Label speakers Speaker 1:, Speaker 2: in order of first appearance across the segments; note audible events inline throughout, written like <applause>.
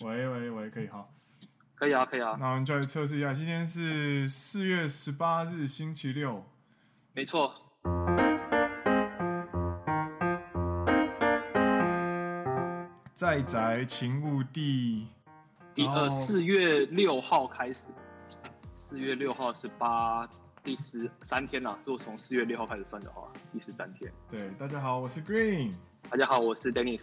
Speaker 1: 喂喂喂，可以好，
Speaker 2: 可以啊，可以啊，
Speaker 1: 那我们就来测试一下，今天是四月十八日，星期六。
Speaker 2: 没错。
Speaker 1: 在宅勤务地，
Speaker 2: 第
Speaker 1: 然后
Speaker 2: 呃，四月六号开始，四月六号是八第十三天啦。如果从四月六号开始算的话，第十三天。
Speaker 1: 对，大家好，我是 Green。
Speaker 2: 大家好，我是 Dennis。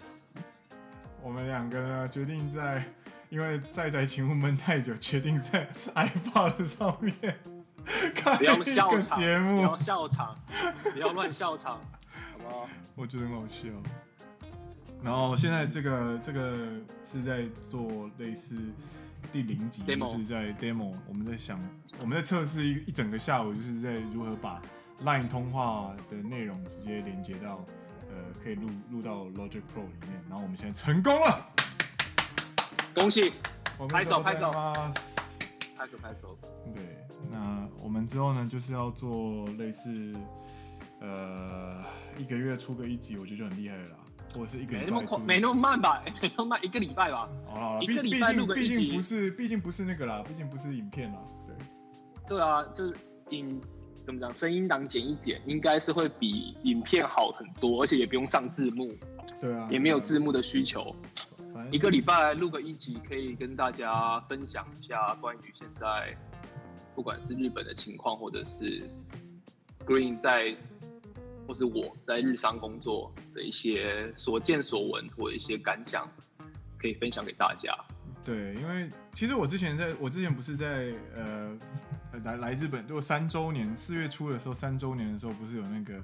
Speaker 1: 我们两个呢，决定在，因为在宅勤务闷太久，决定在 iPod 上面 <laughs> 看
Speaker 2: 不要
Speaker 1: 一
Speaker 2: 笑
Speaker 1: 个 <laughs>
Speaker 2: 场，
Speaker 1: 节
Speaker 2: 不要
Speaker 1: 目，
Speaker 2: 笑场，不要乱笑场，好不好？
Speaker 1: 我觉得很好笑。然后现在这个这个是在做类似第零集，就
Speaker 2: Demo
Speaker 1: 是在 demo，我们在想，我们在测试一一整个下午，就是在如何把 Line 通话的内容直接连接到呃可以录录到 Logic Pro 里面，然后我们现在成功了，
Speaker 2: 恭喜，
Speaker 1: 我们
Speaker 2: 拍手拍手
Speaker 1: 吗？
Speaker 2: 拍手拍手。
Speaker 1: 对，那我们之后呢，就是要做类似，呃，一个月出个一集，我觉得就很厉害了啦，或者是一个
Speaker 2: 没
Speaker 1: 礼
Speaker 2: 那么
Speaker 1: 嗯拜
Speaker 2: 快，
Speaker 1: 出，
Speaker 2: 没那么慢吧？ <laughs> 没那么慢，一个礼拜吧。
Speaker 1: 好啦好啦，
Speaker 2: 一
Speaker 1: 毕
Speaker 2: 个
Speaker 1: 毕
Speaker 2: 礼拜
Speaker 1: 竟
Speaker 2: 录个
Speaker 1: 毕
Speaker 2: 一
Speaker 1: 竟
Speaker 2: 集
Speaker 1: 不是，毕竟不是那个啦，毕竟不是影片啦，对，
Speaker 2: 对啊，就是影怎么讲，声音档剪一剪，应该是会比影片好很多，而且也不用上字幕，
Speaker 1: 对啊，
Speaker 2: 也没有
Speaker 1: 对
Speaker 2: 字幕的需求。
Speaker 1: 啊，反正
Speaker 2: 一个礼拜录个一集，可以跟大家分享一下关于现在不管是日本的情况，或者是 Green 在或是我在日商工作的一些所见所闻或一些感想，可以分享给大家。
Speaker 1: 对，因为其实我之前在，我之前不是在呃呃来来日本，就三周年四月初的时候，三周年的时候不是有那个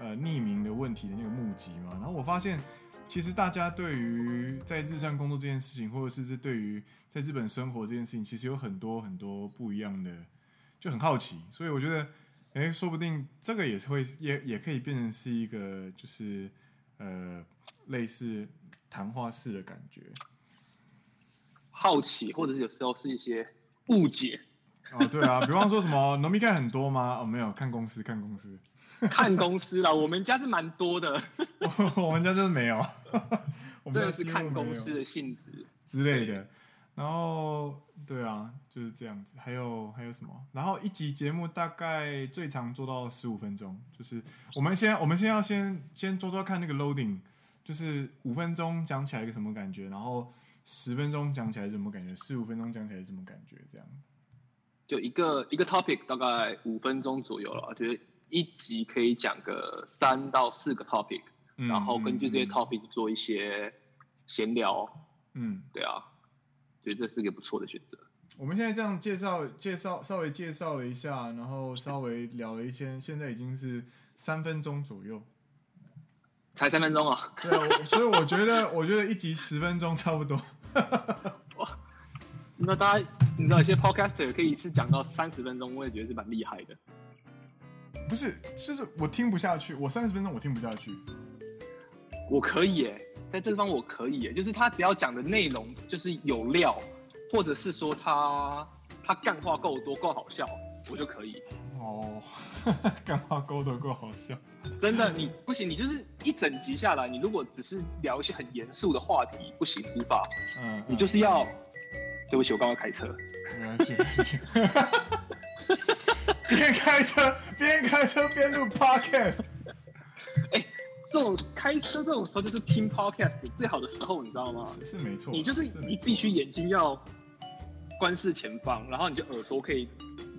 Speaker 1: 呃匿名的问题的那个募集嘛？然后我发现，其实大家对于在日上工作这件事情，或者是是对于在日本生活这件事情，其实有很多很多不一样的，就很好奇。所以我觉得，哎，说不定这个也是会也也可以变成是一个就是呃类似谈话式的感觉。
Speaker 2: 好奇，或者是有时候是一些
Speaker 1: <laughs>
Speaker 2: 误解，
Speaker 1: 哦，对啊，比方说什么农民盖很多吗？哦，没有，看公司，看公司，
Speaker 2: 看公司啦，我们家是蛮多的，
Speaker 1: 我们家就是没有， <laughs> 我们
Speaker 2: 真
Speaker 1: 家
Speaker 2: 的是
Speaker 1: 几乎
Speaker 2: 看
Speaker 1: 没
Speaker 2: 公
Speaker 1: 有
Speaker 2: 司的性质。
Speaker 1: 之类的。然后，对啊，就是这样子。还有还有什么？然后一集节目大概最长做到十五分钟，就是我们先我们先要先先做做看那个 loading，就是五分钟讲起来一个什么感觉，然后十分钟讲起来是什么感觉，十五分钟讲起来是什么感觉，这样。
Speaker 2: 就一个一个 topic 大概五分钟左右了，就是一集可以讲个三到四个 topic，、
Speaker 1: 嗯
Speaker 2: 然后根据这些
Speaker 1: 嗯
Speaker 2: topic 做一些闲聊，
Speaker 1: 嗯，
Speaker 2: 对啊，觉得这是一个不错的选择。
Speaker 1: 我们现在这样介绍、介绍、稍微介绍了一下，然后稍微聊了一些，现在已经是三分钟左右。
Speaker 2: 才三分钟啊，
Speaker 1: 对啊，我所以我觉得，我觉得一集十分钟差不多。
Speaker 2: 那大家你知道有些 podcaster 可以一次讲到三十分钟，我也觉得是蛮厉害的。
Speaker 1: 不是，就是我听不下去，我三十分钟我听不下去。
Speaker 2: 我可以耶、在这方我可以耶、就是他只要讲的内容就是有料，或者是说他他干话够多够好笑，我就可以。
Speaker 1: 哦，干话勾得够好笑。
Speaker 2: 真的，你不行，你就是一整集下来，你如果只是聊一些很严肃的话题，不行，无法，
Speaker 1: 嗯，
Speaker 2: 你就是要。对不起，我刚刚开车。
Speaker 1: 嗯没关系，没关系。 <laughs> 边开车边开车边录 podcast。
Speaker 2: 这种开车这种时候就是听 podcast 最好的时候，你知道吗？
Speaker 1: 是是没错，
Speaker 2: 你就是
Speaker 1: 没
Speaker 2: 你
Speaker 1: 错
Speaker 2: 必须眼睛要观视前方，然后你就耳朵可以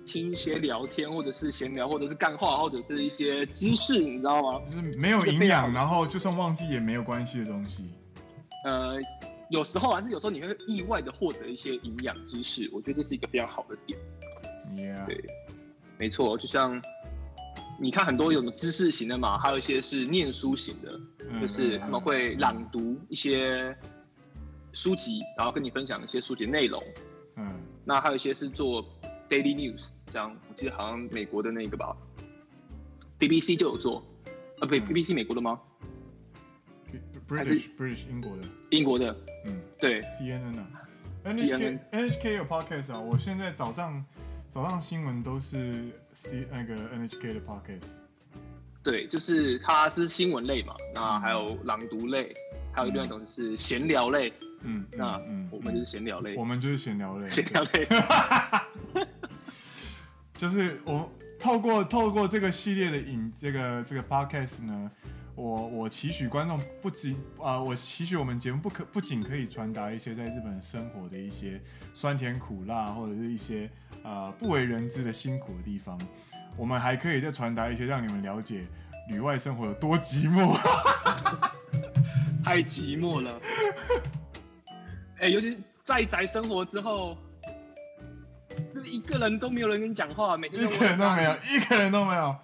Speaker 2: 听一些聊天，或者是闲聊，或者是干话，或者是一些知识，你知道吗？
Speaker 1: 就是没有营
Speaker 2: 非常
Speaker 1: 养，然后就算忘记也没有关系的东西。
Speaker 2: 呃，有时候啊，但是有时候你会意外的获得一些营养知识，我觉得这是一个非常好的点。
Speaker 1: Yeah。
Speaker 2: 对，没错，就像你看很多有什么知识型的嘛，还有一些是念书型的，
Speaker 1: 嗯
Speaker 2: 就是他们会朗读一些书籍，然后跟你分享一些书籍内容。
Speaker 1: 嗯
Speaker 2: 那还有一些是做 daily news，这样我记得好像美国的那个吧，BBC 就有做，啊不对
Speaker 1: 嗯
Speaker 2: ，BBC 美国的吗？还是
Speaker 1: ，British British 英国的，
Speaker 2: 英国的，
Speaker 1: 嗯
Speaker 2: 对，
Speaker 1: ，CNN 啊
Speaker 2: CNN
Speaker 1: ，NHK NHK 有 podcast 啊，我现在早上早上新闻都是 C 那个 NHK 的 podcast，
Speaker 2: 对，就是它是新闻类嘛，那还有朗读类，还有另外一种是闲聊类，
Speaker 1: 嗯，
Speaker 2: 那
Speaker 1: 嗯，嗯
Speaker 2: 我们就是闲聊类
Speaker 1: 我，们就是闲聊类，
Speaker 2: <laughs> 闲聊类，
Speaker 1: 就是我透过透过这个系列的影这个这个 podcast 呢，我我期许观众不仅啊、我期许我们节目不可不仅可以传达一些在日本生活的一些酸甜苦辣，或者是一些呃不为人知的辛苦的地方，我们还可以再传达一些让你们了解旅外生活有多寂寞。 <laughs>
Speaker 2: 太寂寞了。哎、尤其在宅生活之后，就是一个人都没有人跟你讲话，每天
Speaker 1: 一个人都没有
Speaker 2: 窝在家里，
Speaker 1: 一个人都没有。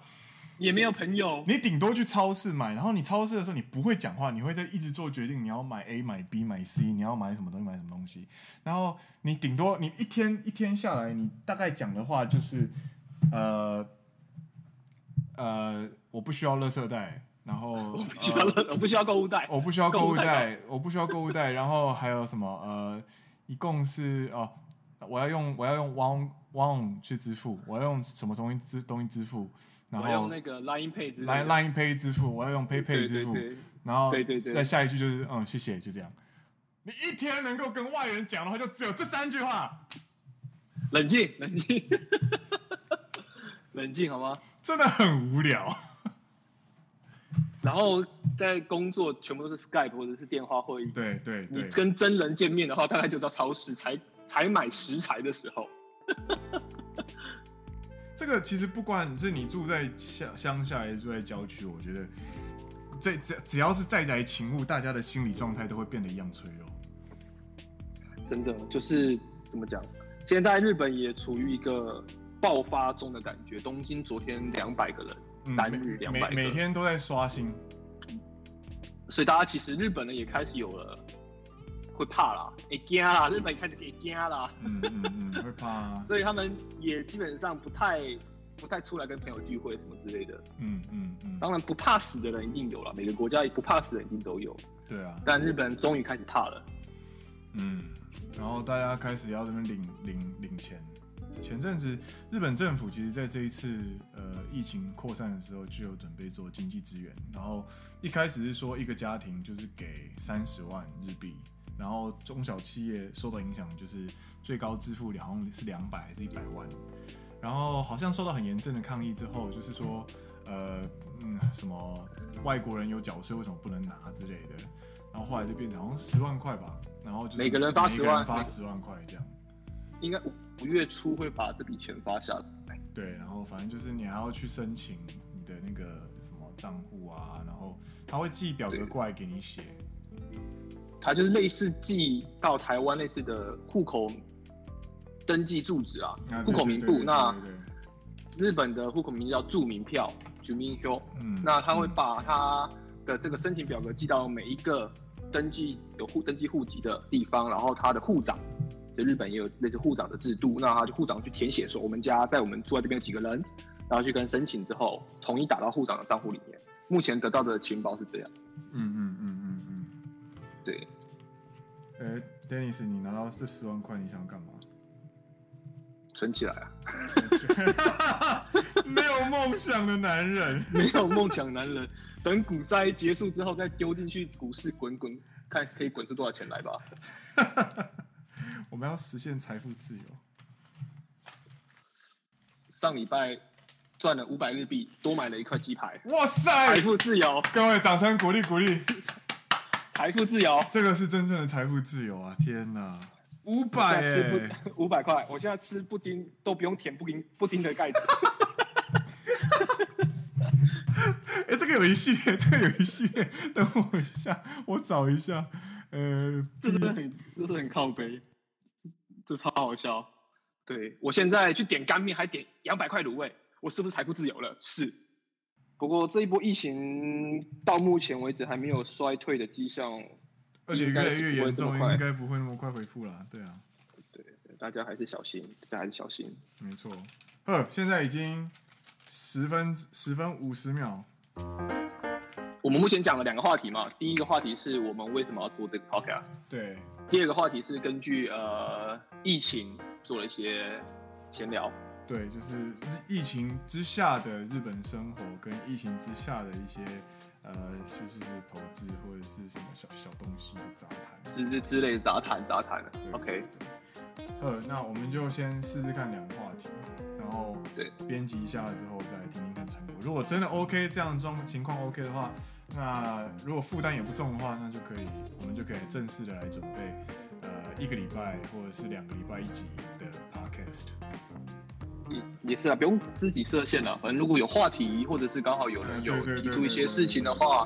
Speaker 2: 也没有朋友，
Speaker 1: 你顶多去超市买，然后你超市的时候你不会讲话，你会在一直做决定，你要买 A 买 B 买 C，你要买什么东西买什么东西。然后你顶多你一天一天下来，你大概讲的话就是，呃呃，我不需要垃圾袋，然后呃
Speaker 2: 我不需要，呃我不需要购物袋，
Speaker 1: 我不需要购
Speaker 2: 购
Speaker 1: 物
Speaker 2: 物袋哦
Speaker 1: 袋，我不需要购物袋，然后还有什么？呃，一共是哦，我要用我要用 Wang Wang 去支付，我要用什么东西支东西支付，然
Speaker 2: 我
Speaker 1: 后
Speaker 2: 要用那个 Line Pay 之类的
Speaker 1: Line Line Pay 支付，我要用 Pay
Speaker 2: 对
Speaker 1: Pay
Speaker 2: 对
Speaker 1: 支付，
Speaker 2: 对，
Speaker 1: 然后
Speaker 2: 对对对
Speaker 1: 再下一句就是嗯谢谢，就这样。你一天能够跟外人讲的话，就只有这三句话，
Speaker 2: 冷静冷静，冷静好吗？
Speaker 1: 真的很无聊。
Speaker 2: 然后在工作全部都是 Skype 或者是电话会议，
Speaker 1: 对对
Speaker 2: 你
Speaker 1: 对，
Speaker 2: 跟真人见面的话，大概就到超市采采买食材的时候。
Speaker 1: 这个其实不管是你住在乡乡下还是住在郊区，我觉得这只只要是在宅勤务，大家的心理状态都会变得一样脆弱。
Speaker 2: 真的就是怎么讲？现在日本也处于一个爆发中的感觉。东京昨天两百个人，
Speaker 1: 嗯
Speaker 2: 单日
Speaker 1: 每
Speaker 2: 200个
Speaker 1: 每每天都在刷新，
Speaker 2: 所以大家其实日本人也开始有了会怕啦，会惊啦，日本开始会惊啦，
Speaker 1: 嗯嗯嗯，会怕啊，
Speaker 2: 所以他们也基本上不太不太出来跟朋友聚会什么之类的。
Speaker 1: 嗯嗯嗯，
Speaker 2: 当然不怕死的人一定有了，每个国家不怕死的人一定都有，
Speaker 1: 对啊，
Speaker 2: 但日本人终于开始怕了。
Speaker 1: 嗯，然后大家开始要这边领领领钱。前阵子日本政府其实在这一次呃疫情扩散的时候就有准备做经济支援，然后一开始是说一个家庭就是给三十万日币，然后中小企业受到影响就是最高支付好像是两百还是一百万，然后好像受到很严正的抗议之后，就是说呃嗯什么外国人有缴税为什么不能拿之类的，然后后来就变成好像十万块吧，然后就是
Speaker 2: 每个人发
Speaker 1: 每个人
Speaker 2: 10万
Speaker 1: 发
Speaker 2: 每
Speaker 1: 十万块这样。
Speaker 2: 应该五五月初会把这笔钱发下来。
Speaker 1: 对，然后反正就是你还要去申请你的那个什么账户啊，然后他会寄表格
Speaker 2: 对
Speaker 1: 过来给你写。
Speaker 2: 它就是类似寄到台湾类似的户口登记住址啊
Speaker 1: 啊，
Speaker 2: 户
Speaker 1: 对
Speaker 2: 口
Speaker 1: 对
Speaker 2: 名
Speaker 1: 对
Speaker 2: 簿。
Speaker 1: 对
Speaker 2: 那
Speaker 1: 对对对
Speaker 2: 日本的户口名叫住民票 j u m i n h o
Speaker 1: 嗯，
Speaker 2: 那他会
Speaker 1: 嗯
Speaker 2: 把他的这个申请表格寄到每一个登记有户登记户籍的地方，然后他的户长，就日本也有类似户长的制度，那他就户长去填写说我们家在我们住在这边有几个人，然后去跟申请之后，统一打到户长的账户里面。目前得到的情报是这样，
Speaker 1: 嗯嗯嗯嗯
Speaker 2: 对，
Speaker 1: 嗯，呃、d e n n i s 你拿到这十万块，你想干嘛？ <laughs>
Speaker 2: 存起来啊，
Speaker 1: 没有梦想的男人， <laughs>
Speaker 2: 没有梦想男人，等股灾结束之后再丢进去股市滚滚，看可以滚出多少钱来吧。
Speaker 1: 我们要实现财富自由。
Speaker 2: 上礼拜赚了五百日币，多买了一块鸡排，
Speaker 1: 哇
Speaker 2: 财
Speaker 1: 塞！
Speaker 2: 富自由，
Speaker 1: 各位掌声鼓励鼓励，
Speaker 2: 财富自由。
Speaker 1: 这个是真正的财富自由啊！天哪，五百
Speaker 2: 我现在吃
Speaker 1: 哎，
Speaker 2: 不五百块，我现在吃布丁都不用舔布丁布丁的盖子，
Speaker 1: 哎，这个有一系列，这个有一系列，等我一下，我找一下。呃，
Speaker 2: 这真的很，这是很靠背，这超好笑。对我现在去点干面还点两百块卤味，我是不是财富自由了？是。不过这一波疫情到目前为止还没有衰退的迹象，
Speaker 1: 而且越来越严重，
Speaker 2: 应该是不会这么快
Speaker 1: 应该不会那么快恢复啦。对啊，
Speaker 2: 大家还是小心，大家还是小心。
Speaker 1: 没错。呵，现在已经十分十分五十秒，
Speaker 2: 我们目前讲了两个话题嘛，第一个话题是我们为什么要做这个 podcast，
Speaker 1: 对，
Speaker 2: 第二个话题是根据呃疫情做了一些闲聊。
Speaker 1: 对，就是疫情之下的日本生活跟疫情之下的一些呃，就是投资或者是什么小小东西的杂谈。
Speaker 2: 之之之类的杂谈杂谈的
Speaker 1: 对
Speaker 2: ，OK，
Speaker 1: 对呃，那我们就先试试看两个话题，然后
Speaker 2: 对
Speaker 1: 编辑一下之后再听听看成果。如果真的 OK，这样状情况 OK 的话，那如果负担也不重的话，那就可以，我们就可以正式的来准备，呃，一个礼拜或者是两个礼拜一集的 Podcast。
Speaker 2: 也也是啊，不用自己设限了。反正如果有话题，或者是刚好有人有
Speaker 1: 对对对
Speaker 2: 提出一些事情的话，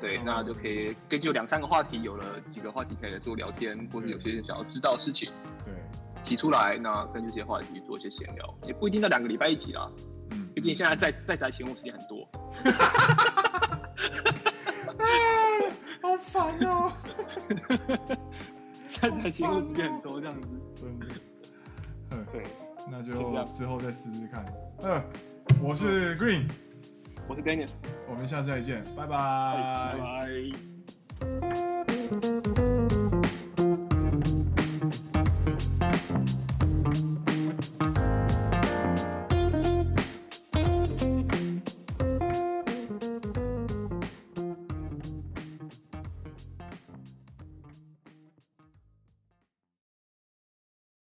Speaker 2: 对，
Speaker 1: 嗯
Speaker 2: 那就可以根据两三个话题，有了几个话题可以来做聊天，或者
Speaker 1: 嗯
Speaker 2: 有些人想要知道的事情
Speaker 1: 对，
Speaker 2: 提出来，那根据这些话题做一些闲聊，也不一定到两个礼拜一集啦。
Speaker 1: 嗯，
Speaker 2: 毕竟现在在在宅闲务时间很多，
Speaker 1: 好烦哦、
Speaker 2: 在宅闲务时间很多这样子。
Speaker 1: 真的。呃，
Speaker 2: 对，
Speaker 1: 那就
Speaker 2: 这样
Speaker 1: 之后再试试看。呃，我是 Green，
Speaker 2: 我是 Dennis，
Speaker 1: 我们下次再见，拜拜
Speaker 2: 拜拜。